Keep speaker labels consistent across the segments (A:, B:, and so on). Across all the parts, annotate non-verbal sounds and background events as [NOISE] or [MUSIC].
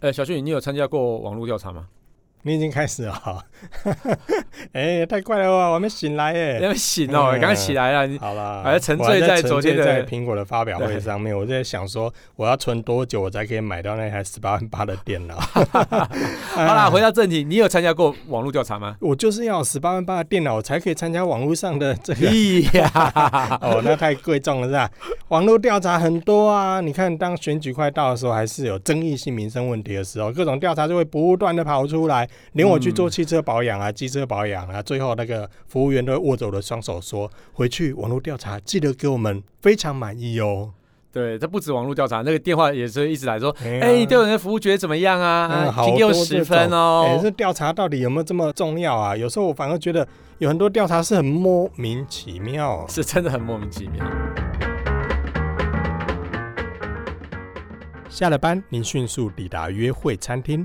A: 呃，小俊，你有参加过网络调查吗？
B: 你已经开始了 [LAUGHS] 哦，哎、太快了吧，我还没醒来
A: 你
B: 耶。
A: 还没醒哦，
B: 嗯
A: 刚起来了，你
B: 好啦，
A: 还哎沉醉
B: 我还
A: 在
B: 在
A: 昨天的
B: 沉醉在苹果的发表会上面，我在想说我要存多久我才可以买到那台十八万八的电脑？ [LAUGHS] 好
A: 好啦，回到正题，你有参加过网络调查吗？
B: 我就是要十八万八的电脑，我才可以参加网络上的这个。
A: 屁哎呀！
B: [LAUGHS] 哦，那太贵重了是吧？网络调查很多啊，你看当选举快到的时候，还是有争议性民生问题的时候，各种调查就会不断的跑出来。连我去做汽车保养啊、机车保养啊，最后那个服务员都会握着我的双手说：“回去网络调查，记得给我们非常满意哦。
A: 对，这不止网络调查，那个电话也是一直来说，
B: 哎呀
A: 哎、你对我们的服务觉得怎么样啊？
B: 嗯
A: 啊
B: 好
A: 请给我十分哦。
B: 哎、这调查到底有没有这么重要啊？有时候我反而觉得有很多调查是很莫名其妙。
A: 是真的很莫名其妙。
B: 下了班，您迅速抵达约会餐厅。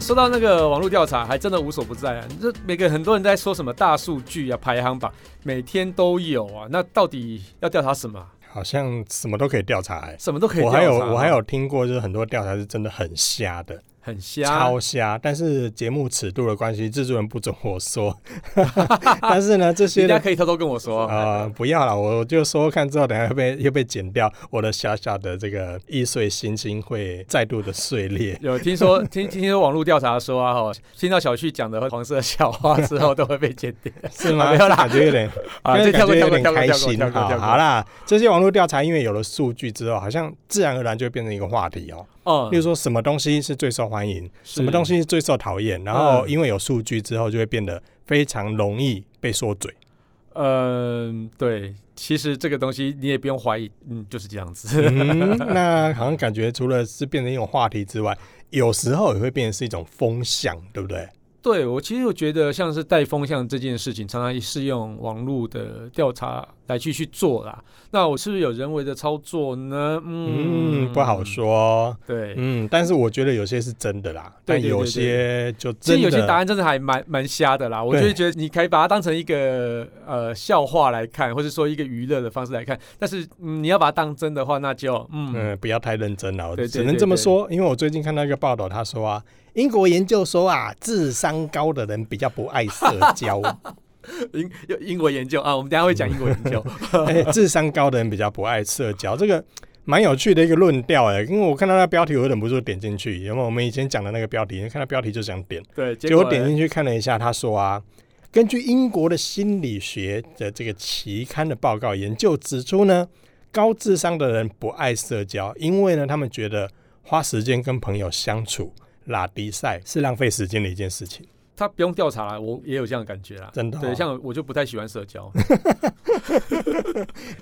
A: 说到那个网络调查，还真的无所不在啊！这每个很多人在说什么大数据啊、排行榜，每天都有啊。那到底要调查什么啊？
B: 好像什么都可以调查、欸。
A: 什么都可以
B: 我
A: 调查啊、
B: 还有我还有听过，就是很多调查是真的很瞎的，
A: 很瞎，
B: 超瞎。但是节目尺度的关系，制作人不准
A: [LAUGHS]
B: 我说。但是呢，这些
A: 人家
B: 的
A: 可以哦偷偷跟我说。啊
B: 呃不要了，我就说看之后，等下会被又被剪掉，我的小小的这个易碎心心会再度的
A: [LAUGHS]
B: 碎裂。
A: 有听说听听说网络调查说啊，哈，听到小旭讲的黄色笑话之后都会被剪
B: [LAUGHS]
A: 掉
B: 是吗？
A: 没有啦
B: 感觉有点
A: 啊，
B: 但
A: 这
B: 是
A: 跳
B: 感
A: 过
B: 觉
A: 跳
B: 有
A: 过
B: 点
A: 跳过
B: 开
A: 跳过
B: 心
A: 跳过
B: 哈。
A: 跳
B: 好
A: 过。
B: 啦，这些网络调查，因为有了数据之后，好像自然而然就变成一个话题哦。
A: 哦
B: 例如说，什么东西是最受欢迎，
A: 什
B: 什么东西是最受讨厌，然后因为有数据之后，就会变得非常容易被说
A: [LAUGHS]
B: 嘴。
A: 嗯，对，其实这个东西你也不用怀疑，嗯，就是这样子。
B: 嗯，那好像感觉除了是变成一种话题之外，有时候也会变成是一种风向，对不对？
A: 对我其实我觉得像是带风向这件事情，常常是用网络的调查来去去做啦。那我是不是有人为的操作呢？嗯，
B: 嗯，不好。说。
A: 对，
B: 嗯，但是我觉得有些是真的啦，
A: 对
B: 但
A: 对对
B: 有
A: 对
B: 些就
A: 其
B: 真
A: 实
B: 的
A: 有些答案真的还蛮蛮瞎的啦，我就
B: 对
A: 会觉得你可以把它当成一个呃笑话来看，或者说一个娱乐的方式来看。但是、嗯、你要把它当真的话，那就嗯，
B: 嗯，不要太认真了，我
A: 对对
B: 只能
A: 对
B: 这么
A: 对
B: 说。因为我最近看到一个报道，他说啊，英国研究说啊，智商高的人比较不爱社
A: [LAUGHS]
B: 交，
A: 英有英国研究啊，我们等一下会讲英国研
B: [LAUGHS]
A: 究。
B: 哎、智商高的人比较不爱社交，这个蛮有趣的一个论调哎。因为我看到那标题，我忍不住点进去，因为我们以前讲的那个标题，看到标题就想点，
A: 对，结
B: 结果
A: 果
B: 点
A: 呢
B: 进去看了一下，他说啊。根据英国的心理学的这个期刊的报告研究指出呢，高智商的人不爱社交，因为呢，他们觉得花时间跟朋友相处、拉低赛是浪费时间的一件事情，
A: 他不用调查了，我也有这样的感觉啦。
B: 真的哦、
A: 对，像我就不太喜欢社交，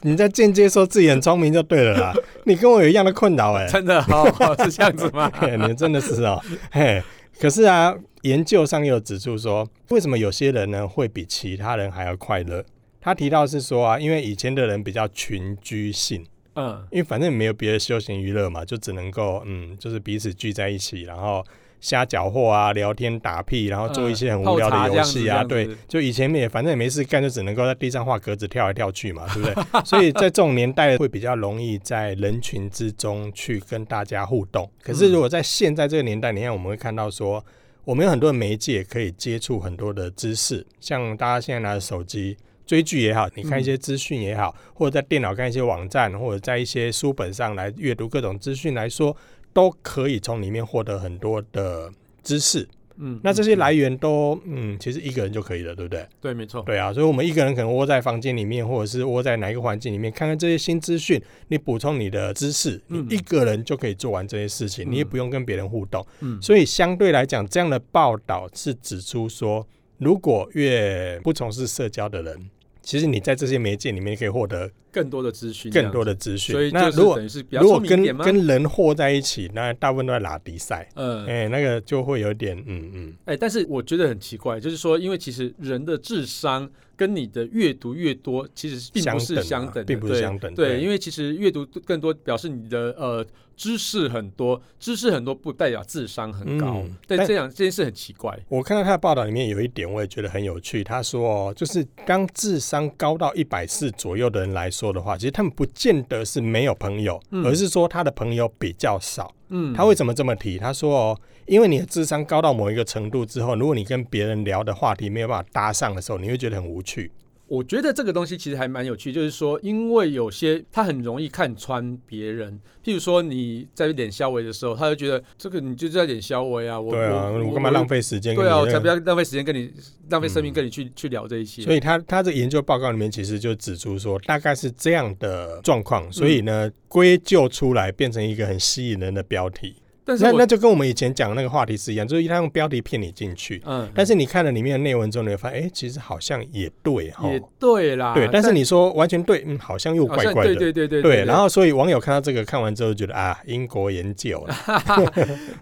B: 你在间接说自己很聪明就对了啦， [LAUGHS] 你跟我有一样的困扰哎、
A: 真的
B: [LAUGHS]
A: 哦，是这样子吗？
B: 嘿你真的是哦，嘿，可是啊，研究上也有指出说，为什么有些人呢会比其他人还要快乐？他提到是说啊，因为以前的人比较群居性，
A: 嗯，
B: 因为反正没有别的休闲娱乐嘛，就只能够嗯，就是彼此聚在一起，然后瞎搅和啊，聊天打屁，然后做一些很无聊的游戏啊，
A: 嗯泡茶这样
B: 对
A: 子这样子，
B: 就以前也反正也没事干，就只能够在地上画格子跳来跳去嘛，对不对？所以在这种年代会比较容易在人群之中去跟大家互动。可是如果在现在这个年代，你看我们会看到说。我们有很多的媒介可以接触很多的知识，像大家现在拿着手机追剧也好，你看一些资讯也好，
A: 嗯
B: 或者在电脑看一些网站，或者在一些书本上来阅读各种资讯来说，都可以从里面获得很多的知识。
A: 嗯，
B: 那这些
A: 嗯
B: 来源都，嗯，其实一个人就可以了，对不对？
A: 对，没错，
B: 对啊，所以我们一个人可能窝在房间里面，或者是窝在哪一个环境里面，看看这些新资讯，你补充你的知识，你
A: 嗯
B: 一个人就可以做完这些事情，你也不用跟别人互动。
A: 嗯，
B: 所以相对来讲，这样的报道是指出说，如果越不从事社交的人，其实你在这些媒介里面可以获得
A: 更多的资讯，
B: 更多
A: 的，
B: 的资讯。
A: 所以
B: 那
A: 就是
B: 如果
A: 等于是比较
B: 如果
A: 聪明一
B: 跟
A: 点吗？
B: 跟人和在一起，那大部分都在拉迪赛，
A: 嗯，
B: 哎、那个就会有点嗯嗯。
A: 哎、但是我觉得很奇怪，就是说，因为其实人的智商跟你的阅读越多，其实并不是
B: 相
A: 相
B: 等啊
A: 等的，
B: 并不是
A: 对
B: 相等
A: 对，
B: 对
A: 因为其实阅读更多表示你的呃知识很多，知识很多不代表智商很高。
B: 嗯
A: 对，
B: 但
A: 这样这件事很奇怪。
B: 我看到他的报道里面有一点，我也觉得很有趣。他说、哦，就是当智商高到一百四左右的人来说的话，其实他们不见得是没有朋友，
A: 嗯
B: 而是说他的朋友比较少。
A: 嗯，
B: 他为什么这么提？他说哦，因为你的智商高到某一个程度之后，如果你跟别人聊的话题没有办法搭上的时候，你会觉得很无趣。
A: 我觉得这个东西其实还蛮有趣，就是说，因为有些他很容易看穿别人，譬如说你在脸消微的时候，他就觉得这个你就是在脸消微啊，我
B: 对啊，我干嘛浪？费时间？嗯
A: 对啊，我才不要。浪费时间跟你浪费生命跟你去、去聊这一些。
B: 所以他他这个研究报告里面其实就指出说，大概是这样的状况，所以呢，
A: 嗯
B: 归咎出来变成一个很吸引人的标题。
A: 但是
B: 那
A: 我
B: 那就跟我们以前讲的那个话题是一样，就是他用标题骗你进去，
A: 嗯，
B: 但是你看了里面的内文之后，你会发现，哎、其实好像也对哈。
A: 也对啦，
B: 对，但是你说完全对，嗯，好像又
A: 好
B: 怪
A: 像
B: 怪的，
A: 对对对对
B: 对，然后所以网友看到这个看完之后觉得啊，英国研究了，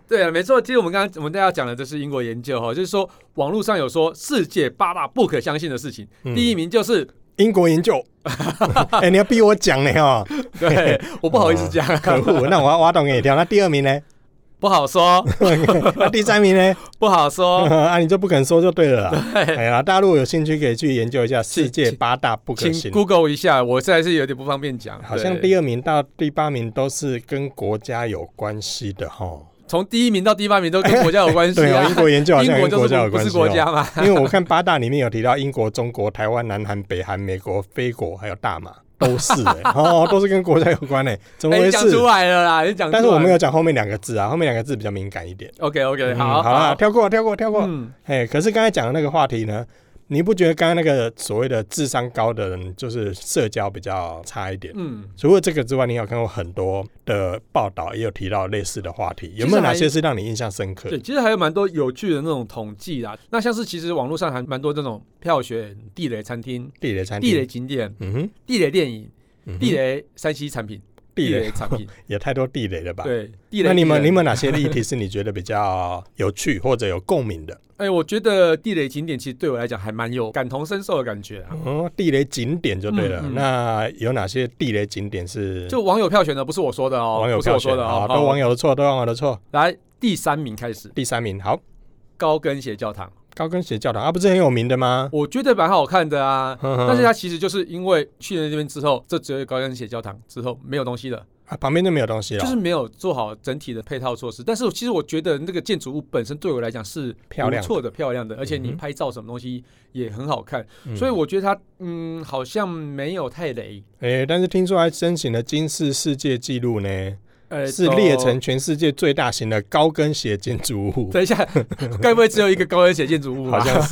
A: 对啊，没错。其实我们刚刚我们大家讲的这是英国研究哈，就是说网络上有说世界八大不可相信的事情，
B: 嗯
A: 第一名就是
B: 英国研究， [LAUGHS] 哎、你要逼我讲呢哦，
A: 对，我不好意思讲，
B: 可
A: [LAUGHS]
B: 恶，那我要挖洞给你跳。那第二名呢？
A: 不好说，
B: 那第三名呢？
A: 不好说。
B: [LAUGHS] 啊，你就不肯说就对了啦。哎呀，大家如果有兴趣可以去研究一下世界
A: 请
B: 八大不可
A: 请
B: 信。
A: Google 一下，我实在是有点不方便讲。
B: 好像
A: 对
B: 第二名到第八名都是跟国家有关系的哈。
A: 从第一名到第八名都跟国家有关系
B: [LAUGHS] 对哦，
A: 啊
B: 英。国研究好
A: 英
B: 像
A: 国
B: 跟
A: 就
B: 国家
A: 是
B: 有
A: 不
B: 关
A: 是
B: 系
A: 国家
B: 哦。
A: 嘛？ [LAUGHS]
B: 因为我看八大里面有提到英国、中国、台湾、南韩、北韩、美国、非国，还有
A: [LAUGHS]
B: 大马，都是哎、哦，都是跟国家有关哎、怎么
A: 哎，
B: 回
A: 你讲
B: 事？
A: 出来了啦，你讲出来了。
B: 但是我没有讲后面两个字啊，后面两个字比较敏感一点。
A: OK OK，
B: 嗯
A: 好，
B: 好啦，，跳过，跳过，跳过。
A: 嗯，
B: 哎、可是刚才讲的那个话题呢，你不觉得刚刚那个所谓的智商高的人，就是社交比较差一点？
A: 嗯，
B: 除了这个之外，你有看过很多的报道，也有提到类似的话题，
A: 其
B: 有没
A: 实
B: 有哪
A: 还
B: 些是让你印象深刻？
A: 对，其实还有蛮多有趣的那种统计啦。那像是其实网络上还蛮多这种票选地雷餐厅、
B: 地雷餐厅，
A: 地雷，景点、
B: 嗯哼，
A: 地雷电影、
B: 嗯哼
A: 地雷山西产品、
B: 地雷
A: 雷产品，
B: 也太多地雷了吧？。
A: 对，地雷。
B: 那你们
A: 地雷
B: 你们哪些议题是你觉得比较有趣或者有共鸣的？
A: 哎，我觉得地雷景点其实对我来讲还蛮有感同身受的感觉啊。
B: 哦，地雷景点就对了。
A: 嗯嗯
B: 那有哪些地雷景点是
A: 就网友票选的，不是我说的哦，
B: 网友
A: 不是我
B: 票
A: 说
B: 选
A: 的
B: 的
A: 哦
B: 啊？，
A: 好
B: 都网友的错，都网友的错。
A: 来第三名开始，
B: 第三名，好，
A: 高跟鞋教堂，
B: 高跟鞋教堂啊，不是很有名的吗？
A: 我觉得蛮好看的啊。但
B: 但
A: 是它其实就是因为去了那边之后，这只有高跟鞋教堂之后没有东西了，
B: 啊，旁边就没有东西了，
A: 就是没有做好整体的配套措施。但是其实我觉得那个建筑物本身对我来讲是
B: 漂亮的
A: 不错的、漂亮的，而且你
B: 嗯哼
A: 拍照什么东西也很好看，
B: 嗯
A: 所以我觉得它嗯好像没有太雷，
B: 诶、但是听说还申请了金氏世界纪录呢，
A: 呃，
B: 是
A: 都
B: 列成。全世界最大型的高跟鞋建筑
A: [LAUGHS]
B: 物。
A: 等一下，该不会只有一个高跟鞋建筑物吧？
B: 好像是、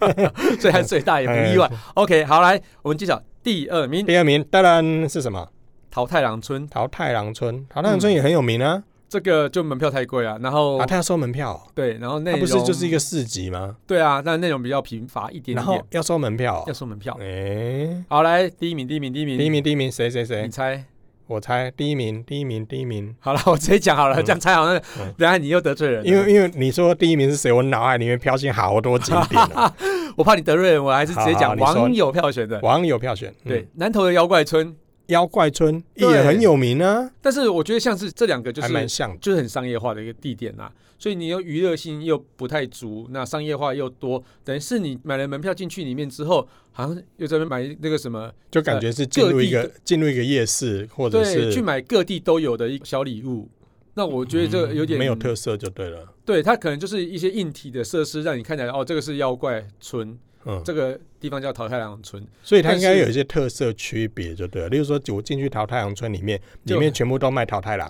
B: [LAUGHS]
A: 所以它最大也不
B: 哎
A: 意外。OK，好，来，我们揭晓第二名，
B: 第二名当然是什么？
A: 桃太郎村，
B: 桃太郎村，桃太郎村也很有名啊。
A: 这个就门票太贵啊，然后
B: 啊，他要收门票哦、
A: 对，然后内
B: 它
A: 容
B: 不是就是一个市集吗？
A: 对啊，但内容比较贫乏一点
B: 然后
A: 点，
B: 要收门票、
A: 要
B: 哦。
A: 收门票。
B: 哎、
A: 好，来，第一名，第一名，第一名，
B: 第一，名，第一名，谁谁
A: 你
B: 谁？
A: 猜？
B: 我猜第一名，第一名，第一名。
A: 好了，我直接讲好了，
B: 嗯
A: 这样猜好像
B: 嗯，
A: 等下你又得罪人了，
B: 因为因为你说第一名是谁，我脑海里面飘进好多景点、
A: [LAUGHS]
B: 啊，
A: 我怕你得罪人，我还是直接
B: 好好
A: 讲
B: 你说
A: 网友票选的。
B: 网友票选。嗯
A: 对，，南投的妖怪村，
B: 妖怪村
A: 对
B: 也很有名啊，
A: 但是我觉得像是这两个就
B: 还蛮
A: 是
B: 像的。
A: 就是很商业化的一个地点啦、所以你又娱乐性又不太足，那商业化又多，等于是你买了门票进去里面之后，好像又在那边买那个什么，
B: 就感觉是进入一
A: 各
B: 个进入一个夜市，或者
A: 对，去
B: 是
A: 买各地都有的一个小礼物。那我觉得这个有点、
B: 嗯没有，特色就对了。
A: 对，它可能就是一些硬体的设施，让你看起来哦，这个是妖怪村，
B: 嗯，
A: 这个地方叫桃太郎村，
B: 所以它应该
A: 但是
B: 有一些特色区别就对了。例如说，我进去桃太郎村里面，
A: 就
B: 里面全部都卖桃太郎；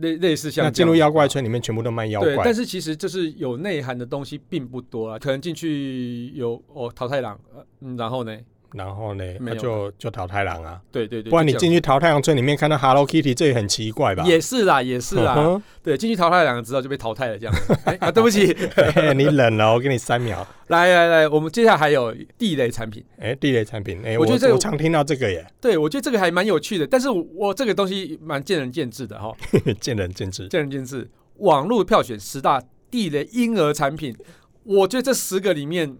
A: 类类似像
B: 那进
A: 这
B: 入
A: 样啊
B: 妖怪村里面，全部都卖妖
A: 对，但
B: 怪。
A: 是其实就是有内涵的东西并不多啊，可能进去有哦桃太郎，呃嗯，然后呢，
B: 然后呢，
A: 没
B: 那
A: 有
B: 就就桃太郎啊。
A: 对对对，
B: 不然你
A: 就这样
B: 进去桃太郎村里面看到 Hello Kitty，这也很奇怪吧？
A: 也是
B: [LAUGHS]
A: 啦，也是啊啦，
B: 嗯
A: 对，进去淘汰两个之后就被淘汰
B: [LAUGHS]
A: 了，这样子、哎啊，对不起，
B: 哼，嘿 [LAUGHS] 你冷了，我给你三秒。
A: 来来来，我们接下来还有地雷产品，
B: 哎，地雷产品，哎，
A: 我
B: 我
A: 觉得这个
B: 我常听到这个耶， [LAUGHS]
A: 对我觉得这个还蛮有趣的，但是我我这个东西蛮见仁见智的哈，
B: 见仁见智。
A: 见仁见智。网络票选十大地雷婴儿产品，我觉得这十个里面，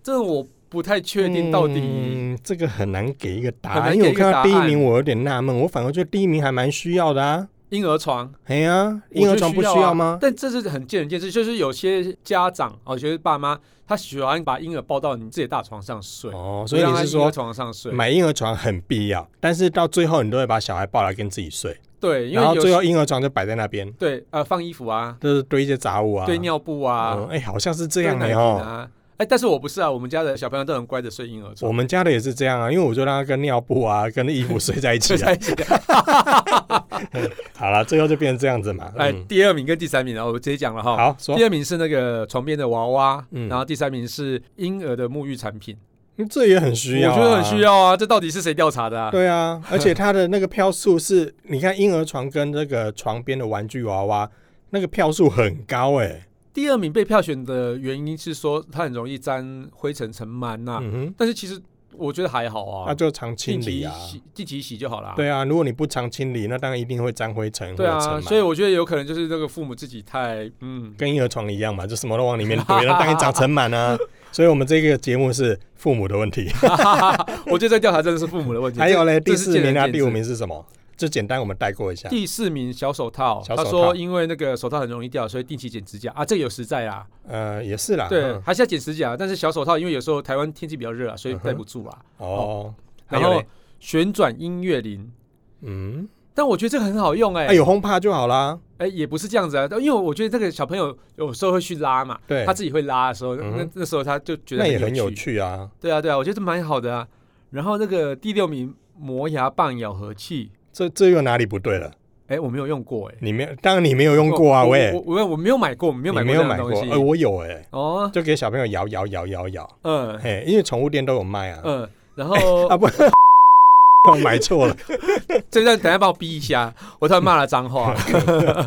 A: 这我不太确定到底、
B: 嗯、这个很难给一个答
A: 很难
B: 案，因为我
A: 给一个
B: 看到
A: 答
B: 第一
A: 案
B: 名，我有点纳闷，我反而觉得第一名还蛮需要的啊。
A: 婴儿床。
B: 哎呀、婴儿床不需
A: 我觉得
B: 要
A: 啊
B: 吗？
A: 但这是很见仁见智，就是有些家长哦，就是爸妈，他喜欢把婴儿抱到你自己的大床上睡，
B: 哦，
A: 不
B: 所以
A: 让
B: 你
A: 他
B: 是
A: 婴儿
B: 说
A: 床上睡？
B: 买婴儿床很必要，但是到最后你都会把小孩抱来跟自己睡，
A: 对，因
B: 然
A: 为
B: 后
A: 有
B: 最
A: 些
B: 后婴儿床就摆在那边，
A: 对呃放衣服啊，
B: 就是堆一些杂物啊，
A: 堆尿布啊，
B: 嗯哎、好像是这
A: 堆
B: 样
A: 奶
B: 哎
A: 瓶
B: 哦。
A: 啊。哎，但是我不是啊，我们家的小朋友都很乖的睡婴儿
B: 我
A: 床，
B: 们家的也是这样啊，因为我就让他跟尿布啊、跟衣服睡在一
A: [LAUGHS]
B: 起
A: 睡
B: 啊。
A: 在一起。
B: [LAUGHS] 好了，最后就变成这样子嘛。
A: 哎，
B: 嗯，
A: 第二名跟第三名啊，我直接讲了哈。
B: 好说
A: 第，二名是那个床边的娃娃，
B: 嗯
A: 然后第三名是婴儿的沐浴产品，
B: 嗯这也很需要、
A: 我觉得很需。要啊。这到底是谁调查的啊？
B: 对啊，
A: [LAUGHS]
B: 而且它的那个票数是，你看婴儿床跟那个床边的玩具娃娃，那个票数很高哎、
A: 第二名被票选的原因是说它很容易沾灰尘尘螨呐，
B: 嗯
A: 但是其实我觉得还好
B: 哼，
A: 啊，
B: 那就常
A: 定
B: 清
A: 期
B: 理啊。
A: 洗定期洗就好啦。
B: 对啊，如果你不常清理，那当然一定会沾灰尘或
A: 对
B: 者尘
A: 啊，
B: 螨。
A: 所以我觉得有可能就是这个父母自己太
B: [LAUGHS]
A: 嗯， [LAUGHS]
B: 跟婴儿床一样嘛，就什么都往里面堆，那当然长尘螨
A: [LAUGHS]
B: 啊。所以我们这个节目是父母的问题。
A: 我觉得这调查真的是父母的问题。
B: 还有嘞，
A: 这
B: 第
A: 这是
B: 四名啊，
A: 见仁见智
B: 第五名是什么？就简单我们带过一下。
A: 第四名小手套，
B: 小
A: 他
B: 手
A: 说
B: 套
A: 因为那个手套很容易掉，所以定期剪指甲啊，这个有实在啦，
B: 呃，也是啦。
A: 对，
B: 嗯
A: 还是要剪指甲，但是小手套因为有时候台湾天气比较热啊，所以
B: 嗯哼
A: 戴不住啦。
B: 哦，还
A: 然
B: 有
A: 后
B: 嘞
A: 旋转音乐铃，
B: 嗯，
A: 但我觉得这个很好用哎、
B: 哎，有轰趴就好啦。
A: 哎、也不是这样子啊，因为我觉得这个小朋友有时候会去拉嘛，
B: 对
A: 他，自己会拉的时候，
B: 嗯哼
A: 那那时候他就觉得
B: 那也很
A: 有
B: 有。趣啊。
A: 对啊，对啊，我觉得蛮好的啊。然后那个第六名磨牙棒咬合器，
B: 这这又哪里不对了？
A: 哎、我没有用过哎、
B: 你没有，当然你没有用过啊，
A: 我
B: 喂，
A: 我我我没有买过，我没
B: 你
A: 有买
B: 没
A: 过这
B: 有
A: 样的
B: 买
A: 东
B: 过，
A: 西。
B: 呃，我有哎、
A: 哦，
B: 就给小朋友摇摇摇摇摇， [LAUGHS]
A: 嗯
B: 嘿，因为宠物店都有卖啊，
A: 嗯，然后
B: [LAUGHS] 啊不，我买错了，
A: [LAUGHS] 这段等一下帮我逼一下，我突然骂了脏
B: [LAUGHS]
A: 话。 [LAUGHS]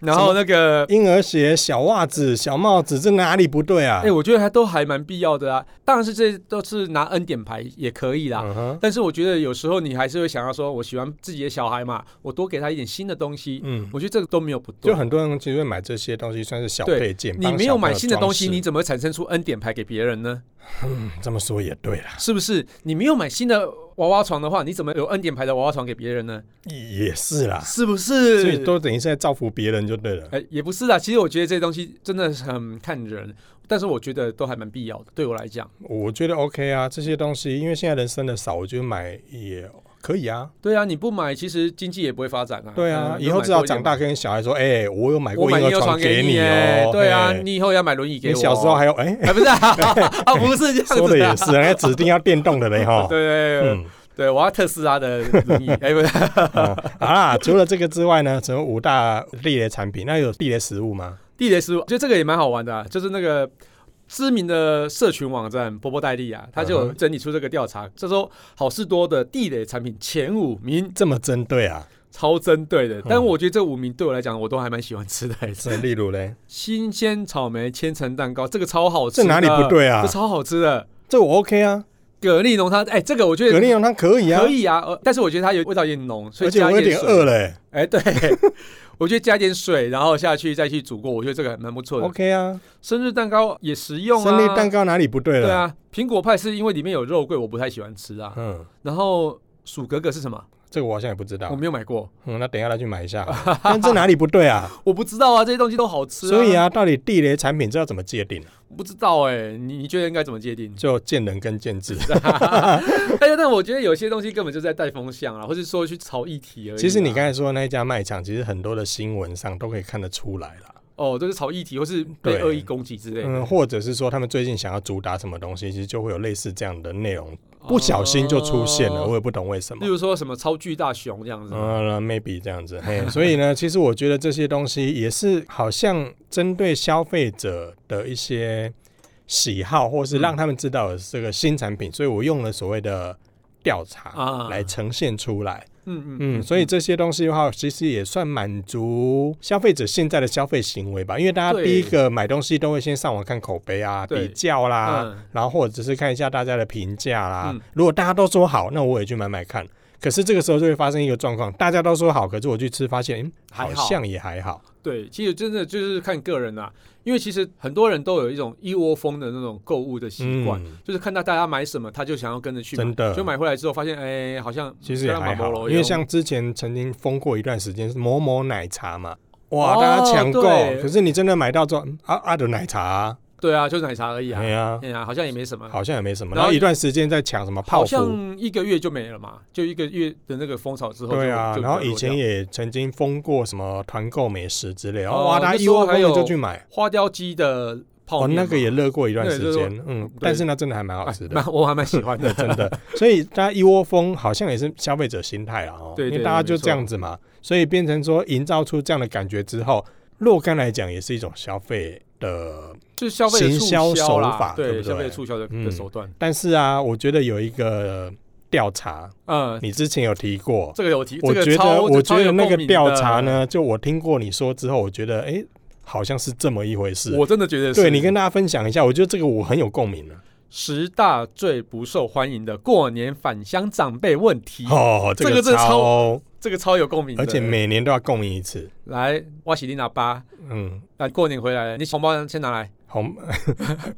A: 然后那个，
B: 婴儿鞋、小袜子、小帽子，这哪里不对啊？
A: 哎、我觉得还都还蛮必要的啊。当然是这都是拿 N 点牌也可以啦。
B: 嗯哼，
A: 但是我觉得有时候你还是会想要说，我喜欢自己的小孩嘛，我多给他一点新的东西。
B: 嗯，
A: 我觉得这个都没有不对。
B: 就很多人其实会买这些东西，算是小
A: 对
B: 配件。
A: 你
B: 帮
A: 没
B: 小
A: 有
B: 朋
A: 买
B: 友
A: 新的东西，
B: 装饰
A: 你怎么产生出 N 点牌给别人呢？
B: 嗯这么说也对啦，
A: 是不是？你没有买新的娃娃床的话，你怎么有 N 点牌的娃娃床给别人呢？
B: 也也是啦，
A: 是不
B: 所以
A: 是？
B: 都等于是在造福别人就对了。
A: 哎、也不是啦。其实我觉得这些东西真的是很看人，但是我觉得都还蛮必要的。对我来讲，
B: 我觉得 OK 啊，这些东西因为现在人生的少，我觉得买也可以啊。
A: 对啊，你不买，其实经济也不会发展啊。
B: 对啊，
A: 嗯
B: 以后只要长大，跟小孩说，哎、我有买
A: 我
B: 过
A: 买
B: 婴
A: 婴
B: 儿
A: 儿
B: 床
A: 床
B: 给
A: 你
B: 哦、
A: 对啊，
B: 嘿
A: 你以后要买轮椅给
B: 你
A: 我。
B: 小时候还有
A: [LAUGHS]
B: 哎、
A: 哎，不是啊，啊不是这样子、啊，。
B: 说的也是，人家指定要电动的嘞哈
A: [LAUGHS] 对对对、
B: 嗯，
A: 对，我要特斯拉的轮椅，哎不是，
B: 啊好啦，除了这个之外呢，什么五大地雷产品？那有地雷食物吗？
A: 地雷师傅，就这个也蛮好玩的、啊，就是那个知名的社群网站波波戴利啊，他就有
B: 嗯哼
A: 整理出这个调查，这周好事多的地雷产品前五名，
B: 这么针对
A: [LAUGHS]
B: 啊？
A: 超针对的。但
B: 嗯
A: 我觉得这五名对我来讲，我都还蛮喜欢吃的、
B: 是例如嘞，
A: 新鲜草莓千层蛋糕，这个超好吃的，
B: 这哪里不、对啊
A: 这？超好吃的
B: 这我 OK 啊，
A: 蛤蜊浓汤，哎、这个我觉
B: 蛤
A: 得。
B: 蜊浓汤可以啊
A: 可，以啊，呃但是我觉得它有味道有点浓，所以
B: 而且
A: 加
B: 我
A: 一
B: 有
A: 点
B: 点
A: 水
B: 饿。嘞
A: 哎、对， [LAUGHS] 我觉得加一点水，然后下去再去煮过，我觉得这个还蛮不错的。
B: ，OK 啊。
A: 生日蛋糕也实用啊，
B: 生日蛋糕哪里不对了？
A: 对，啊，苹果派是因为里面有肉桂，我不太喜欢吃啊。
B: 嗯，
A: 然后薯格格是什么？
B: 这个我好像也不知道
A: 我。没有买过，
B: 嗯，那等一下来去买
A: [LAUGHS]
B: 一下。但这哪里不对啊？
A: 我不知道啊，这些东西都好吃、
B: 所以，啊，到底地雷产品这要怎么界定？？
A: 不知道哎、你你觉得应该怎么界定 [LAUGHS]
B: 就见仁跟见智。
A: 啊但是，但我觉得有些东西根本就在带风向啊，或是说去炒议题而已啊、
B: 其实你刚才说那一家卖场，其实很多的新闻上都可以看得出来啦。
A: 哦，都是炒议题，或是被
B: 对
A: 恶意攻击之类的，
B: 嗯，或者是说他们最近想要主打什么东西，其实就会有类似这样的内容，
A: 哦
B: 不小心就出现了，我也不懂为什
A: 例
B: 么。
A: 如说什么超巨大熊这样子，
B: 嗯，maybe 这样子，嘿，所以呢，其实我觉得这些东西也是好像针对消费者的一些喜好，或
A: 嗯
B: 是让他们知道有这个新产品，所以我用了所谓的调查
A: 啊，
B: 来呈现出来。
A: 嗯，嗯嗯
B: 嗯，所以这些东西的话，其实也算满足消费者现在的消费行为吧。因为大家
A: 对
B: 第一个买东西都会先上网看口碑啊、
A: 对
B: 比较啦，
A: 嗯
B: 然后或者是看一下大家的评价啦。
A: 嗯
B: 如果大家都说好，那我也去买买看。可是这个时候就会发生一个状况，大家都说好，可是我去吃发现，嗯，
A: 还
B: 好
A: 好
B: 像也还好。
A: 对，其实真的就是看个人啦、啊因为其实很多人都有一种一窝蜂的那种购物的习惯，
B: 嗯
A: 就是看到大家买什么，他就想要跟着去买
B: 真，的
A: 就买回来之后发现，哎、好像
B: 其实也还
A: 跟他买不
B: 好，
A: 了
B: 因为像之前曾经封过一段时间是某某奶茶嘛，哇，
A: 哦
B: 大家抢购，
A: 对
B: 可是你真的买到之后，嗯啊啊的奶茶啊、
A: 对啊，就是奶茶而已啊
B: 哎，呀，
A: 哎呀、好像也没什么，
B: 好像也没什么。
A: 然
B: 然
A: 后
B: 后一段时间在抢什么泡
A: 好
B: 芙，
A: 像一个月就没了嘛，就一个月的那个风潮之后就，
B: 对啊，
A: 就
B: 然后
A: 没有
B: 以前
A: 了
B: 也曾经封过什么团购美食之类，
A: 哦
B: 哇，大家
A: 那
B: 一
A: 时候
B: 窝
A: 还
B: 蜂的
A: 有
B: 就去买，
A: 花雕鸡的泡
B: 哦，
A: 面嘛、
B: 那个
A: [LAUGHS]
B: 也热过一段
A: 那也
B: 时
A: 热
B: 间，嗯，但是那真的还蛮好
A: 哎
B: 吃的。
A: 蛮我还蛮喜欢
B: [LAUGHS]
A: 的，
B: 真的。
A: [LAUGHS]
B: 所以大家一窝蜂，好像也是消费者心态啦哦，
A: 对对
B: 因为大家就这样子嘛，所以变成说营造出这样的感觉之后，若干来讲也是一种消费的。
A: 就是消费的促
B: 行销手
A: 啦，
B: 法对不
A: 对
B: 对
A: 消费的促销的的
B: 嗯
A: 手段，
B: 但是啊，我觉得有一个调查，
A: 嗯，
B: 你之前有提过。
A: 这个有提，
B: 我
A: 这
B: 觉
A: 个
B: 得，
A: 超
B: 我觉
A: 超
B: 得
A: 有
B: 那个
A: 共鸣的
B: 调查呢，就我听过你说之后，我觉得，哎、好像是这么一回事。
A: 我真的觉得是
B: 对你跟大家分享一下，我觉得这个我很有共鸣啊了。
A: 十大最不受欢迎的过年返乡长辈问题，
B: 哦，
A: 这个真的超
B: 超，
A: 这个超有共鸣的。
B: 而且每年都要共鸣一次。
A: 来，我喜你拿八，
B: 嗯，
A: 那过年回来了，你红包先拿
B: [LAUGHS]
A: 来，
B: 红，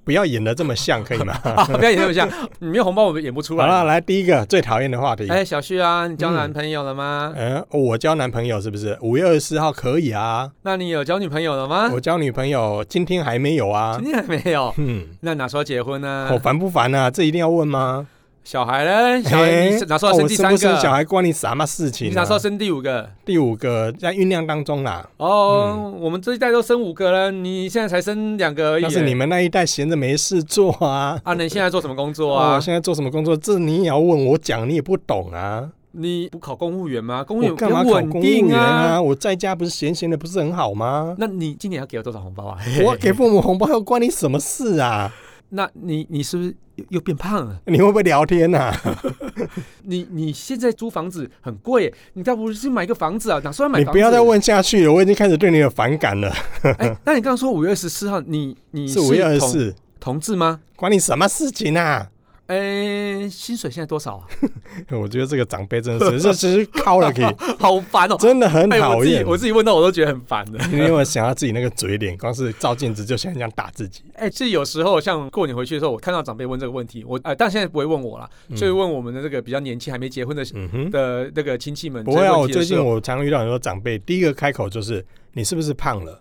B: 不要演的这么像，可以
A: [LAUGHS]
B: 吗？
A: 啊、不要演那么像，你没有红包我们演不出
B: 好了，
A: 来。
B: 来第一个最讨厌的话题。
A: 哎，小旭啊，你交
B: 嗯
A: 男朋友了吗？
B: 嗯、我交男朋友是不是？五月二十四号可以啊。
A: 那你有交女朋友了吗？
B: 我交女朋友今天还没有啊
A: 啊今。天还没有。
B: 嗯，
A: 那哪时候结婚呢
B: 我、？烦不烦啊？这一定要问吗？
A: 小孩呢？小孩，你
B: 哎
A: 哪时候
B: 哦
A: 生
B: 我
A: 第
B: 生
A: 三
B: 不生小
A: 个？
B: 孩关你什么事情、
A: 你
B: 啊？
A: 哪时候生第五个？
B: 第五个在酝酿当中啦。
A: 哦，我们这一代都生五个了，你现在才生两个而已。
B: 但是你嗯们那一代闲着没事做啊。
A: 啊，你现在做什么工作
B: 哇，
A: 啊
B: 哦我？现在做什么工作？这你也要问我讲，你也不懂啊！
A: 你不考公务员吗？公务
B: 我
A: 员
B: 干嘛
A: 很
B: 考
A: 稳
B: 公务
A: 定
B: 员
A: 啊。
B: 啊？我在家不是闲闲的，不是很好吗？
A: 那你今年要给我多少红包啊？
B: 我给父母红包又关你什么事啊？
A: 那你你是不是又又变胖了？
B: 你会不会聊天呐、啊？
A: 你你现在租房子很贵耶，你倒不如去买个房子啊？哪时候 [LAUGHS] 买
B: 你
A: 房子？
B: 不要再。问下去了，我已经开始对你有反感了。
A: 哎，那你刚刚说五月二十四号，你你
B: 是五月二十
A: 同
B: 四，
A: 同志吗？
B: 管你什么事情啊？ [LAUGHS]
A: 哎，薪水现在多少啊？ [LAUGHS]
B: 我觉得这个长辈真的是，这只是靠了可以，
A: 好烦哦！
B: 真的很
A: 哎，
B: 讨
A: 我自己
B: 厌。
A: 我自己问到我都觉得很烦的。
B: 因为我想到自己那个嘴脸，光是照镜子就想这样打自己。
A: 哎、其实有时候像过年回去的时候，我看到长辈问这个问题，我呃，但现在不会问我啦，
B: 嗯
A: 所以问我们的这个比较年轻还没结婚的、
B: 嗯哼，
A: 的那个亲戚们这
B: 不
A: 个
B: 会啊，我
A: 问题
B: 最
A: 的时
B: 近
A: 候。
B: 我常遇到很多长辈，第一个开口就是你是不是
A: [LAUGHS]
B: 胖了？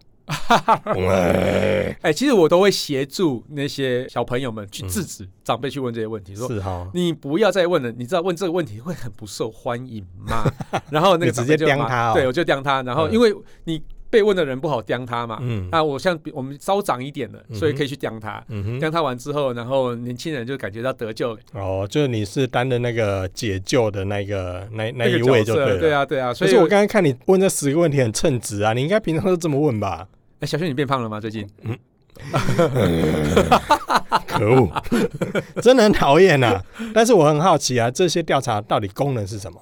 B: 喂，
A: 哎、其实我都会协助那些小朋友们去制止长辈去问这些问题，说。
B: 是哈，
A: 你不要再问了，你知道问这个问题会很不受欢迎
B: [LAUGHS]
A: 吗？然后那个
B: 你直
A: 长辈
B: 接
A: 就
B: 刁他
A: 骂
B: 哦
A: 对我就刁他，然后
B: 嗯
A: 因为你被问的人不好刁他嘛，
B: 嗯
A: 那我像比我们稍长一点的，所以可以去刁他，
B: 嗯哼，
A: 刁他完之后，然后年轻人就感觉到得救，
B: 哦，就是你是担任那个解救的那个那那
A: 那个
B: 一
A: 角
B: 位就
A: 色
B: 对
A: 对
B: 了。
A: 啊对啊，所
B: 可
A: 以
B: 是我刚刚看你问这十个问题很称职啊，你应该平常都这么
A: [LAUGHS]
B: 问吧？
A: 哎、小轩，你变胖了吗？最近？
B: 可恶， [LAUGHS] 真的很讨厌呐！但是我很好奇啊，这些调查到底功能是什么？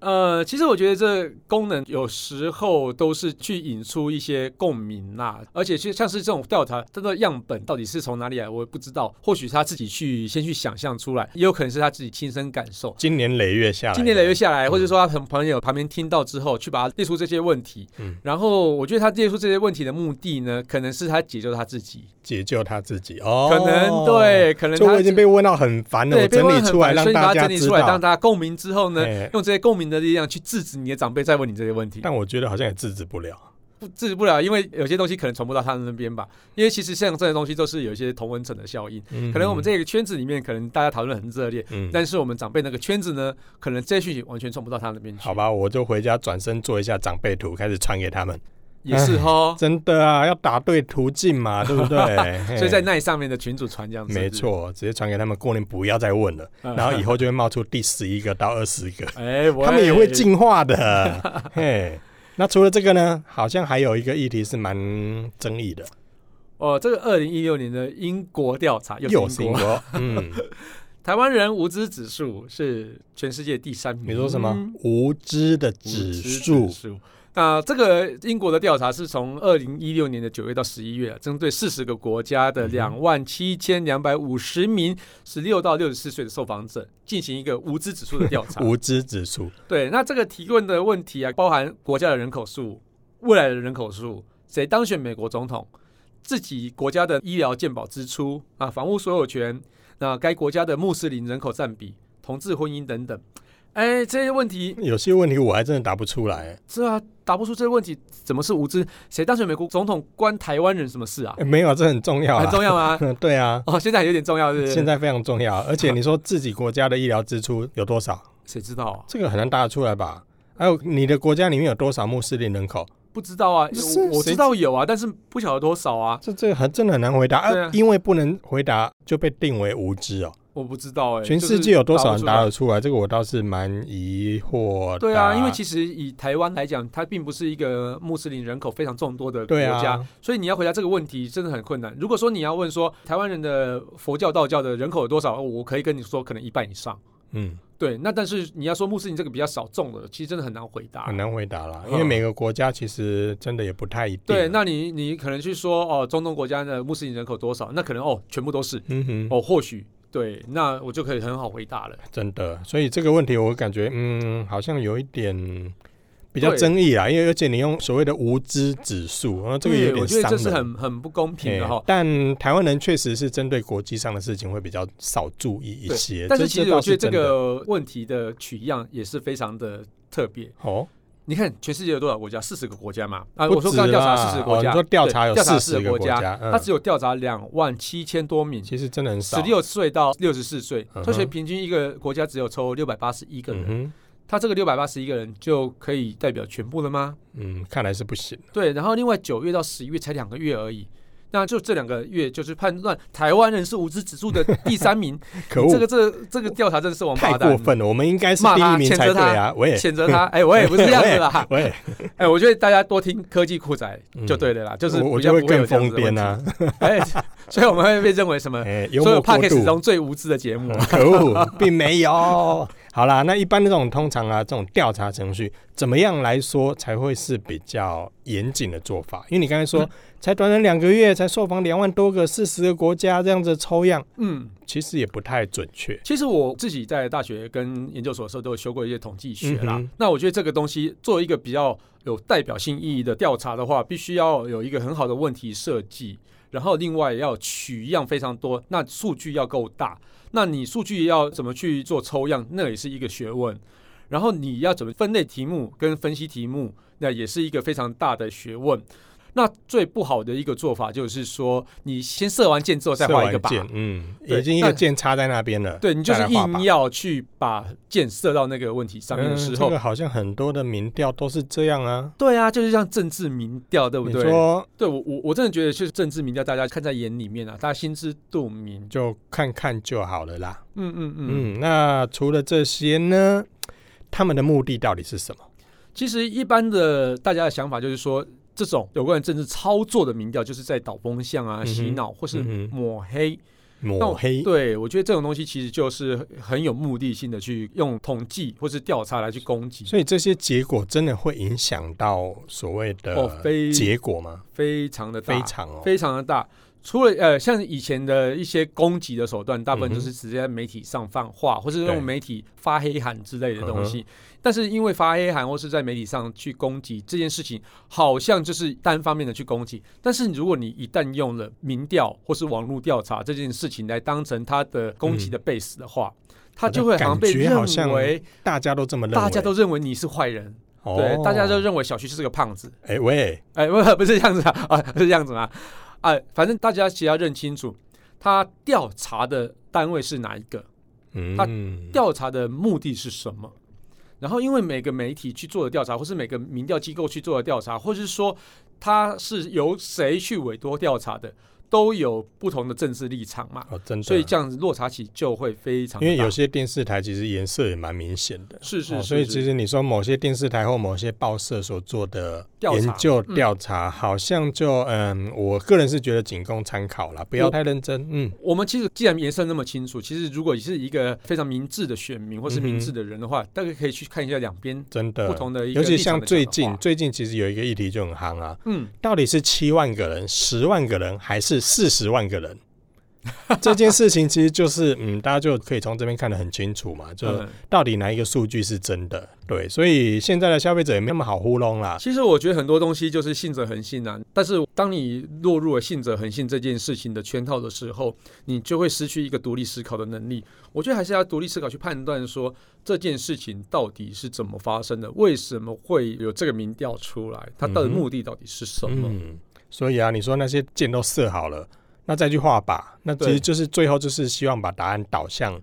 A: 呃，其实我觉得这功能有时候都是去引出一些共鸣啦，而且就像是这种调查，它的样本到底是从哪里来，我也不知道。或许他自己去先去想象出来，也有可能是他自己亲身感受。
B: 今年累月下来，
A: 今年累月，下来，或
B: 嗯
A: 者说他朋朋友旁边听到之后，去把他列出这些问题。
B: 嗯
A: 然后我觉得他列出这些问题的目的呢，可能是他解救他自己，
B: 解救他自己哦，
A: 可能。对，可能
B: 就
A: 他
B: 我已经被问到很烦了，
A: 对
B: 我
A: 被
B: 整
A: 问
B: 理
A: 很
B: 出来
A: 烦，所
B: 让
A: 以你
B: 大
A: 把它
B: 家
A: 整理
B: 知
A: 出来，让
B: 道。
A: 大家共鸣之后呢，
B: 哎
A: 用这些共鸣的力量去制止你的长辈再问你这些问题，
B: 但我觉得好像也制止不了。
A: 不制止不了，因为有些东西可能传播到他们那边吧。因为其实像这些东西都是有一些同温层的效应，
B: 可
A: 可能我们，这个圈子里面，可能大家讨论很热烈，
B: 嗯
A: 但是我们长辈那个圈子呢，可能这些讯息完全传不到他那边去。
B: 好，吧，我就回家转身做一下长辈图，开始传给他们。
A: 也是哈。
B: 真的啊，要打对途径嘛，对
A: [LAUGHS]
B: 不对？
A: 所以在
B: 嘿
A: 那上面的群主传这样子，
B: 哎没错，直接传给他们，过年不要再问了。
A: 嗯。 [LAUGHS]
B: 然后以后就会冒出第十一个到二十个，
A: 哎，
B: 他们也会
A: 进。
B: 进化的。嘿，那除了这个呢，好像还有一个议题是蛮争议的，
A: 哦，这个二零一六年的英国调查又
B: 又
A: 是
B: 是
A: 英
B: 英
A: 国，
B: 国，
A: [LAUGHS]
B: 嗯，
A: 台湾人无知指数是全世界第三名。
B: 你说什么
A: 嗯
B: 无知的指
A: 指
B: 数？
A: 数。那这个英国的调查是从二零一六年的九月到十一月啊，针对四十个国家
B: 嗯
A: 的两万七千两百五十名十六到六十四岁的受访者进行一个无知指数的
B: [LAUGHS]
A: 调查。
B: 无知指数，
A: 对，那这个提问的问题啊，包含国家的人口数、未来的人口数、谁当选美国总统、自己国家的医疗健保支出啊、房屋所有权、那该国家的穆斯林人口占比、同志婚姻等等。哎，这些问题
B: 有些问题我还真的答不出来、
A: 是啊，答不出这个问题，怎么是无知？谁当选美国总统关台湾人什么事啊？
B: 哎没有，这很重要
A: 很
B: 啊。
A: 重要
B: [LAUGHS]
A: 吗？
B: 嗯，对啊，
A: 哦，现在有点重要，是不是？
B: 现在非常重要。而且你说自己国家的医疗支出有多少？
A: 谁知道啊？
B: 这个很难答得出来吧？还有你的国家里面有多少穆斯林人口？
A: 不知道啊，
B: 不是
A: 我我
B: 谁
A: 知道有啊，但是不晓得多少啊，
B: 这这个很真的很难回答
A: 对
B: 啊
A: 啊，
B: 因为不能回答就被定为无知哦。
A: 我不知道哎、
B: 全世界有多少人
A: 就是
B: 答
A: 不出来
B: 得出来？啊这个我倒是蛮疑惑的。
A: 对啊，因为其实以台湾来讲，它并不是一个穆斯林人口非常众多的国
B: 对
A: 家，
B: 啊，
A: 所以你要回答这个问题真的很困难。如果说你要问说台湾人的佛教、道教的人口有多少，我可以跟你说可能一半以上。
B: 嗯，
A: 对，那但是你要说穆斯林这个比较少众的，其实真的很难回答。
B: 很难回答啦，
A: 嗯
B: 因为每个国家其实真的也不太一定。
A: 对，那你你可能去说哦，中东国家的穆斯林人口多少？那可能哦，全部都是
B: 嗯哼，
A: 哦，或许对，那我就可以很好回答了。
B: 真的，所以这个问题我感觉，嗯，好像有一点比较
A: 对
B: 争议啊啦，因为而且你用所谓的无知指数，哦然后这个
A: 对
B: 有点
A: 我觉得
B: 伤
A: 这是
B: 人。
A: 很很不公平的
B: 哎
A: 哈。
B: 但台湾人确实是针对国际上的事情会比较少注意一
A: 对
B: 些，
A: 但是
B: 这
A: 其
B: 这
A: 实
B: 倒
A: 我觉得这
B: 真的
A: 个问题的取样也是非常的特别。
B: 哦，
A: 你看全世界有多少国家？四十个国家嘛。啊，
B: 不
A: 我说
B: 止
A: 刚刚调查
B: 啦
A: 四十国
B: 哦
A: 家，
B: 你说调查有
A: 对调查
B: 40
A: 40
B: 个
A: 国
B: 国家嗯
A: 它只有调查两万七千多名，
B: 其实真的很少。
A: 十六岁到六十四岁
B: 嗯，哼
A: 所以平均一个国家只有抽六百八十一个
B: 嗯
A: 人。
B: 哼，
A: 他这个六百八十一个人就可以代表全部了吗？
B: 嗯，看来是不
A: [LAUGHS]
B: 行。
A: 对，然后另外九月到十一月才两个月而已。那就这两个月，就是判断台湾人是无知指数的第三名，
B: [LAUGHS] 可恶，
A: 这个这个这个调查真的是王
B: 太
A: 八
B: 过
A: 蛋，
B: 分了，我们应该是
A: 骂
B: 第一
A: 他
B: 名
A: 谴
B: 才
A: 责
B: 对
A: 他
B: 啊！我也，，
A: 谴责他。哎，我也不是这样子啦
B: 我也，
A: 哎，我觉得大家多听科技酷仔
B: 嗯
A: 就对了啦，就是
B: 我我
A: 比
B: 就
A: 较
B: 会
A: 不会有
B: 更
A: 这样
B: 疯
A: 子的问
B: 癫
A: 题。 [LAUGHS]
B: 啊！
A: 哎，所以我们会被认为什么？
B: 哎， [LAUGHS] 幽
A: 所有
B: 默过
A: podcast
B: 度。
A: 中最无知的节目。
B: 可恶，并没有。 [LAUGHS] 好啦，那一般这种通常啊，这种调查程序怎么样来说才会是比较严谨的做法？因为你刚才说，
A: 嗯
B: 才短短两个月，才受访两万多个四十个国家这样子抽样，
A: 嗯，
B: 其实也不太准确。
A: 其实我自己在大学跟研究所的时候都有修过一些统计学啦。
B: 嗯哼
A: 那我觉得这个东西做一个比较有代表性意义的调查的话，必须要有一个很好的问题设计，然后另外要取样非常多，那数据要够大，那你数据要怎么去做抽样，那也是一个学问。然后你要怎么分类题目跟分析题目，那也是一个非常大的学问。那最不好的一个做法就是说，你先射完箭之哦后再画一个靶，
B: 射完箭嗯，
A: 对
B: 已经一个
A: 那
B: 箭插在那边了。
A: 对你就是
B: 再来画吧
A: 硬要去把箭射到那个问题上面的时
B: 嗯，这
A: 候，
B: 个好像很多的民调都是这样啊。
A: 对啊，就是像政治民调，对不
B: 你
A: 对？
B: 说
A: 对我我我真的觉得，就是政治民调，大家看在眼里面啊，大家心知肚明。
B: 就看看就好了啦。
A: 嗯嗯嗯。
B: 嗯，那除了这些呢，他们的目的到底是什么？
A: 其实一般的大家的想法就是说，这种有关于政治操作的民调，就是在导风向啊、
B: 嗯哼
A: 洗脑或是
B: 嗯哼
A: 抹黑。那
B: 抹
A: 我
B: 黑。
A: 对我觉得这种东西其实就是很有目的性的去用统计或是调查来去攻击，
B: 所以这些结果真的会影响到所谓
A: 哦
B: 的
A: 非
B: 结果吗？
A: 非常的大
B: 非常哦，
A: 非常的大。除了呃，像以前的一些攻击的手段，大部分
B: 嗯哼
A: 就是直接在媒体上放话，或是
B: 对嗯
A: 用媒体发黑函之类的东西。但是因为发黑函或是在媒体上去攻击这件事情，好像就是单方面的去攻击。但是如果你一旦用了民调或是网络调查这件事情来当成他的攻击的 base 的话，他就会好像被
B: 嗯感觉好像
A: 认为
B: 大家都这么认为，
A: 大家都认为你是坏人，
B: 哦
A: 对，大家都认为小旭是个胖子。
B: 哎喂，
A: 哎，不不是这样子啊，啊不是这样子啊，啊，反正大家其实要认清楚，他调查的单位是哪一个，他
B: 嗯，
A: 调查的目的是什么。然后，因为每个媒体去做的调查，或是每个民调机构去做的调查，或是说他是由谁去委托调查的，都有不同的政治立场嘛，
B: 哦，真的。
A: 所以这样子落差其实就会非常大。
B: 因为有些电视台其实颜色也蛮明显的，
A: 是是是
B: 哦所以
A: 是
B: 其实你说某些电视台或某些报社所做的
A: 调查
B: 研究
A: 嗯
B: 调查，好像就嗯，我个人是觉得仅供参考啦，不要
A: 我
B: 太认真。嗯，
A: 我们其实既然颜色那么清楚，其实如果是一个非常明智的选民或是
B: 嗯
A: 明智的人的话，大概可以去看一下两边
B: 真
A: 不
B: 的。
A: 同的一个
B: 呃尤
A: 立
B: 其
A: 场
B: 像
A: 的
B: 最
A: 讲
B: 近，
A: 法
B: 最近其实有一个议题就很夯啊，
A: 嗯，
B: 到底是七万个人、十万个人，还是四十万个
A: [LAUGHS]
B: 人？这件事情其实就是，嗯，大家就可以从这边看得很清楚嘛，就
A: 嗯
B: 到底哪一个数据是真的？对，所以现在的消费者也没那么好糊弄啦。
A: 其实我觉得很多东西就是信者恒信啊，但是当你落入了信者恒信这件事情的圈套的时候，你就会失去一个独立思考的能力。我觉得还是要独立思考去判断说这件事情到底是怎么发生的，为什么会有这个民调出来，它到底
B: 嗯哼
A: 目的到底是什么？
B: 嗯，所以啊，你说那些箭都射好了，那再去画靶，那其
A: 对
B: 实就是最后就是希望把答案导向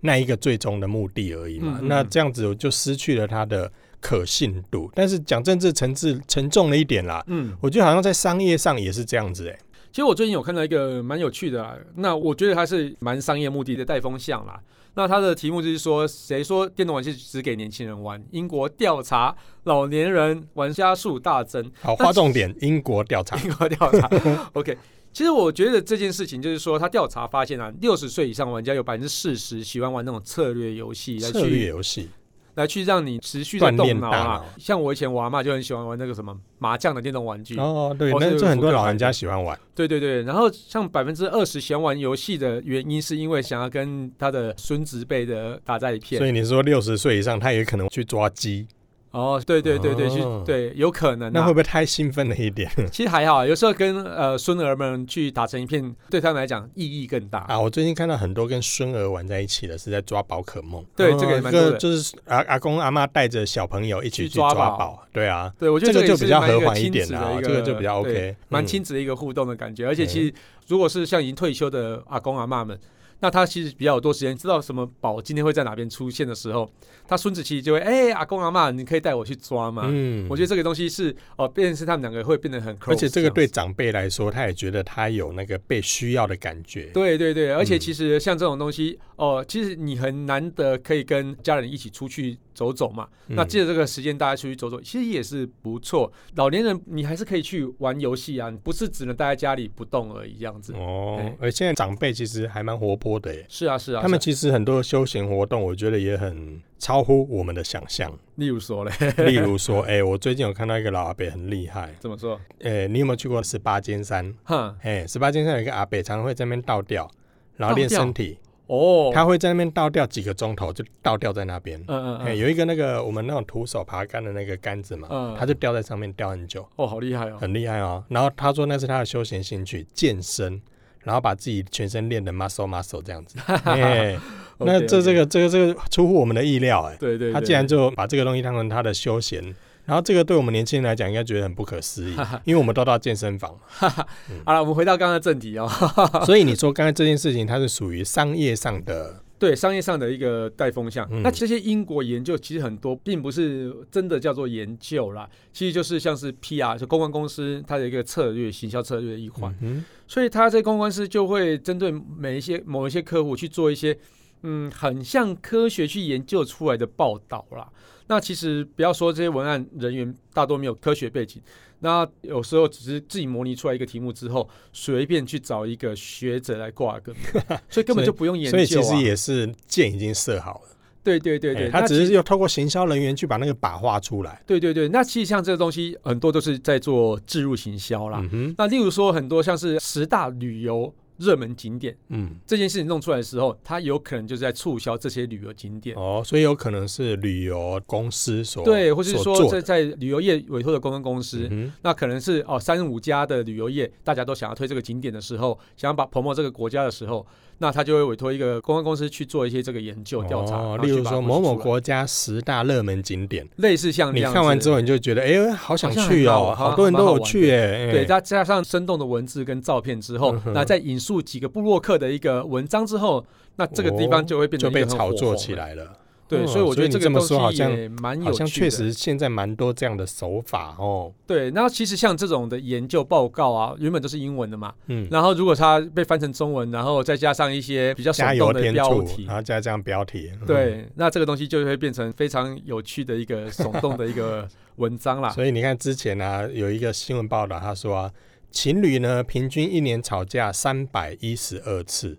B: 那一个最终的目的而已嘛。
A: 嗯嗯嗯
B: 那这样子我就失去了它的可信度。但是讲政治层次沉重了一点啦，
A: 嗯，
B: 我觉得好像在商业上也是这样子哎、
A: 其实我最近有看到一个蛮有趣的啊，那我觉得它是蛮商业目的的带风向啦。那它的题目就是说，谁说电动玩具只给年轻人玩？英国调查老年人玩家数大增。 [LAUGHS]
B: 好，
A: 但
B: 划重点，英国调查。
A: 英国调
B: [LAUGHS]
A: 查。OK，其实我觉得这件事情就是说，他调查发现啊，六十岁以上玩家有百分之四十喜欢玩那种策略游戏来
B: 策略
A: 去
B: 游戏，
A: 来去让你持续的
B: 锻炼
A: 动脑
B: 大脑
A: 啊。像我以前我阿妈就很喜欢玩那个什么麻将的电动玩具，
B: 哦，对，
A: 哦
B: 那
A: 是
B: 这很
A: 福
B: 多
A: 特
B: 老
A: 牌
B: 人家喜欢玩，
A: 对对对。然后像百分之二十喜欢玩游戏的原因，是因为想要跟他的孙子辈的打在一
B: 所
A: 片。
B: 以你说六十岁以上，他也可能去抓鸡，
A: 哦，对对对对，去
B: 哦
A: 对，有可能、啊。
B: 那会不会太兴奋了一点 [LAUGHS]
A: 其实还好啊，有时候跟呃孙儿们去打成一片，对他们来讲意义更大。
B: 啊？我最近看到很多跟孙儿玩在一起的，是在抓宝可梦，
A: 对
B: 哦
A: 这个也蛮多的
B: 就是阿阿公阿妈带着小朋友一起
A: 去
B: 去抓
A: 抓宝
B: 宝，对啊，
A: 对，我觉得
B: 这个
A: 也
B: 就是比较
A: 蛮一
B: 和
A: 个
B: 缓一
A: 亲
B: 点
A: 子
B: 啦
A: 的
B: 哦
A: 一
B: 这个就比较 OK
A: 对蛮
B: 嗯
A: 亲子的一个互动的感觉。而且
B: 对
A: 其实如果是像已经退休的阿公阿嬷们，那他其实比较有多时间知道什么宝今天会在哪边出现的时候，他孙子其实就会哎、阿公阿嬷，你可以带我去抓吗？
B: 嗯
A: 我觉得这个东西是哦、变成是他们两个会变得很 close，
B: 而且这个
A: 样子
B: 对长辈来说，他也觉得他有那个被需要的感觉，
A: 对对对，而且
B: 嗯
A: 其实像这种东西，哦、其实你很难得可以跟家人一起出去走走嘛。
B: 嗯
A: 那借着这个时间，大家出去走走，其实也是不错。老年人你还是可以去玩游戏啊，你不是只能待在家里不动而已这样子。
B: 哦
A: 哎，
B: 而现在长辈其实还蛮活泼的耶。
A: 是啊，是啊，
B: 他们
A: 是啊
B: 其实很多休闲活动，我觉得也很超乎我们的想
A: [LAUGHS]
B: 象。
A: 例如说嘞，
B: 例如说，哎、我最近有看到一个老阿伯很厉害，
A: 怎么说？
B: 哎、你有没有去过十八尖山？
A: 哈，
B: 哎、十八尖山有一个阿伯常常会在那边倒吊，然后
A: 倒
B: 练
A: 吊
B: 身体，
A: 哦，
B: 他会在那边倒吊几个钟头，就倒吊在那边。
A: 嗯嗯
B: 哎、
A: 嗯，
B: 有一个那个我们那种徒手爬杆的那个杆子嘛，
A: 嗯
B: 他就吊在上面吊很久，
A: 哦，好厉害哦，
B: 很厉害哦。然后他说那是他的休闲兴趣，健身，然后把自己全身练的 muscle muscle 这
A: [LAUGHS]
B: 样子。哎、那
A: OK，OK
B: 这这个这个这个出乎我们的意料哎、
A: 对对，
B: 他
A: 对
B: 竟然就把这个东西当成他的休闲，然后这个对我们年轻人来讲应该觉得很不可思议， [LAUGHS] 因为我们都到健身房嘛。
A: 好了，我们回到刚刚的正题哦，
B: 所以你说刚才这件事情，它是属于商业上的，
A: 对商业上的一个带风向。
B: 嗯
A: 那这些英国研究其实很多，并不是真的叫做研究啦，其实就是像是 PR，就公关公司它的一个策略、行销策略的一环。
B: 嗯
A: 所以他在公关师就会针对每一些某一些客户去做一些，嗯，很像科学去研究出来的报道啦。那其实不要说这些文案人员大多没有科学背景，那有时候只是自己模拟出来一个题目之后，随便去找一个学者来挂个
B: [LAUGHS]
A: 名，所以根本就不用研究、啊。
B: 所以其实也是箭已经射好了，
A: 对对对对，
B: 哎他
A: 那
B: 只
A: 其
B: 是又透过行销人员去把那个靶画出来。
A: 对对对，那其实像这个东西很多都是在做置入行销啦。
B: 嗯哼，
A: 那例如说很多像是十大旅游热门景点。
B: 嗯，
A: 这件事情弄出来的时候，它有可能就是在促销这些旅游景点，
B: 哦，所以有可能是旅游公司所
A: 对，或是
B: 所
A: 说
B: 做
A: 在
B: 的
A: 在旅游业委托的公关公司，
B: 嗯
A: 那可能是哦三五家的旅游业，大家都想要推这个景点的时候，想要把 promote 这个国家的时候，那他就会委托一个公关公司去做一些这个研究
B: 哼
A: 调查，
B: 哦
A: 然后
B: 例
A: 去
B: 如
A: 把
B: 说
A: 它
B: 某某
A: push 出来，
B: 国家十大热门景点。
A: 类似像这
B: 你
A: 样
B: 看完
A: 子
B: 之后，你就觉得，哎、好想
A: 好像
B: 去
A: 很
B: 哦、
A: 好
B: 好多人都有去、哎、哎
A: 对，再加上生动的文字跟照片之后
B: 嗯，哼
A: 那再引述几个布洛克的一个文章之后，那这个地
B: 哦
A: 方就会变成
B: 就
A: 一个
B: 被
A: 很
B: 炒
A: 火
B: 作
A: 红
B: 起
A: 的
B: 来了。
A: 对，
B: 哦
A: 所以我觉得
B: 所以你
A: 这个
B: 这么
A: 东
B: 说好
A: 西
B: 像
A: 也蛮有
B: 好
A: 趣的。
B: 像确实现在蛮多这样的手法哦。
A: 对。那其实像这种的研究报告啊，原本都是英文的嘛，
B: 嗯，
A: 然后如果它被翻成中文，然后再加上一些比较手
B: 加油
A: 动的
B: 添
A: 标
B: 醋啊
A: 题，
B: 然，后加这样标题。嗯，
A: 对，那这个东西就会变成非常有趣的一个耸动的一
B: [LAUGHS]
A: 个文章啦。
B: 所以你看之前啊，有一个新闻报道，他说啊，情侣呢平均一年吵架三百一十二次。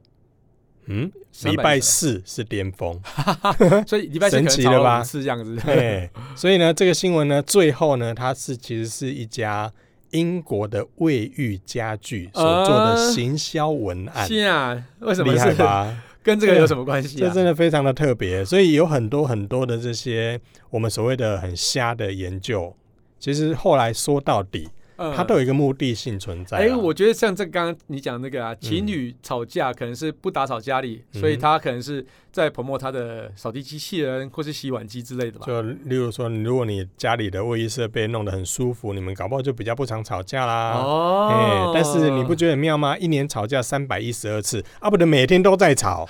B: 嗯，礼拜四是巅峰，
A: 300所以礼拜四可能
B: 神奇
A: 吵
B: 了吧
A: 了五次这样
B: [LAUGHS]
A: 子。
B: 对，所以呢，这个新闻呢，最后呢，它是其实是一家英国的卫浴家具所做的
A: 呃
B: 行销文案，
A: 是啊，为什么
B: 厉害
A: 是
B: 吧？
A: 跟这个有什么关系
B: [LAUGHS] 这
A: 啊？
B: 真的非常的特别，所以有很多很多的这些我们所谓的很瞎的研究，其实后来说到底，
A: 嗯
B: 它都有一个目的性存在啊、嗯
A: 哎、我觉得像这刚刚你讲那个啊，情侣吵架可能是不打扫家里，所以
B: 嗯哼
A: 他可能是在泼墨他的扫地机器人或是洗碗机之类的吧。
B: 就例如说，如果你家里的卫浴设备弄得很舒服，你们搞不好就比较不常吵架啦。哎
A: 哦
B: 但是你不觉得很妙吗？一年吵架三百一十二次，啊，不对，每天都在
A: [LAUGHS]
B: 吵，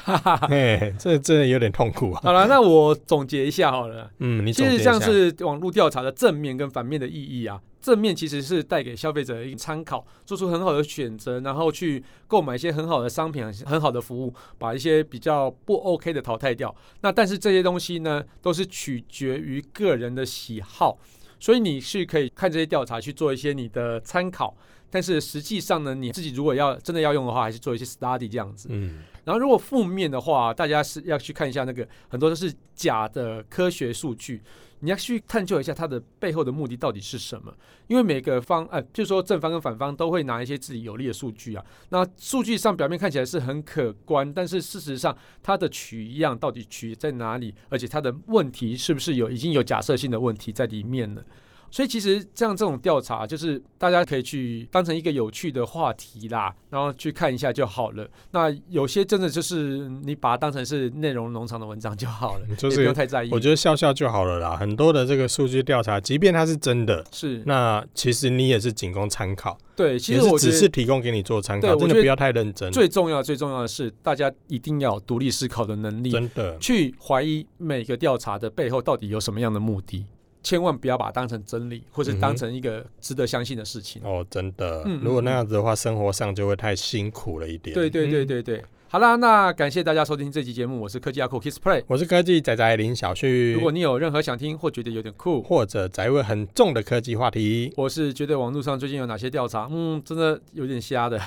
B: 哎，这真的有点痛苦啊。
A: 好了，那我总结一下好了。
B: 嗯，你
A: 其
B: 总结
A: 实
B: 一
A: 像
B: 下，
A: 是网络调查的正面跟反面的意义啊，正面其实是带给消费者一个参考，做出很好的选择，然后去购买一些很好的商品、很好的服务，把一些比较不 OK 的淘汰掉。那但是这些东西呢，都是取决于个人的喜好，所以你是可以看这些调查去做一些你的参考。但是实际上呢，你自己如果要真的要用的话，还是做一些 study 这样子。
B: 嗯，
A: 然后如果负面的话，大家是要去看一下那个很多都是假的科学数据，你要去探究一下它的背后的目的到底是什么。因为每个方，呃，就是说正方跟反方都会拿一些自己有利的数据啊。那数据上表面看起来是很可观，但是事实上它的取样到底取在哪里，而且它的问题是不是有已经有假设性的问题在里面了。所以其实像这种调查，就是大家可以去当成一个有趣的话题啦，然后去看一下就好了。那有些真的就是你把它当成是内容农场的文章就好了，
B: 嗯就
A: 也不
B: 是
A: 用太在意
B: 我。觉得笑笑就好了啦。很多的这个数据调查，即便它是真的，
A: 是，
B: 那其实你也是仅供参考，
A: 对，其
B: 也
A: 实
B: 是
A: 我觉
B: 只是
A: 得
B: 提供给你做参
A: 对
B: 考，
A: 我
B: 真的
A: 觉得
B: 不要太认真，
A: 最重要、最重要的是，大家一定要有独立思考的能力，
B: 真的。
A: 去怀疑每个调查的背后到底有什么样的目的，千万不要把它当成真理，或是
B: 嗯哼
A: 当成一个值得相信的事情。
B: 哦，真的，
A: 嗯嗯
B: 如果那样子的话，生活上就会太辛苦了一点。
A: 对对对
B: 嗯，
A: 对对，好啦，那感谢大家收听这期节目，我是科技阿酷 Kiss Play。
B: 我是科技仔仔林小旭
A: 如，果你有任何想听或觉得有点酷，
B: 或者宅味很重的科技话题，
A: 我是觉得网络上最近有哪些调查，嗯，真的有点瞎的。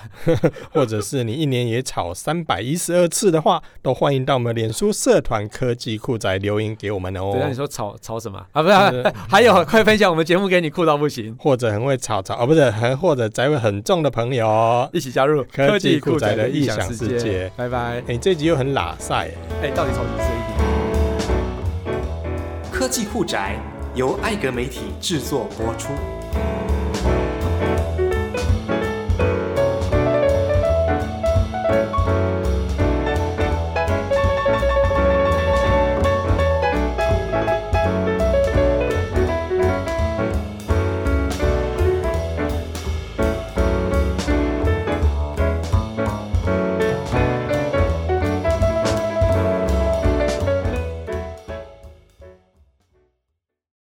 B: 或者是你一年也炒三百一十二次的话，都欢迎到我们脸书社团科技酷宅留言给我们哦
A: 等一。下你说吵吵什么啊？不是、啊，还有快分享我们节目给你酷到不行，
B: [LAUGHS] 或者很会炒炒哦，不是，很或者宅味很重的朋友，哦
A: 一起加入
B: 科技酷宅
A: 宅
B: 的异
A: 异
B: 想
A: 想
B: 世界
A: 拜拜。
B: 哎、这集又很拉塞。
A: 哎、到底吵什么？
C: 科技酷宅由艾格媒体制作播出。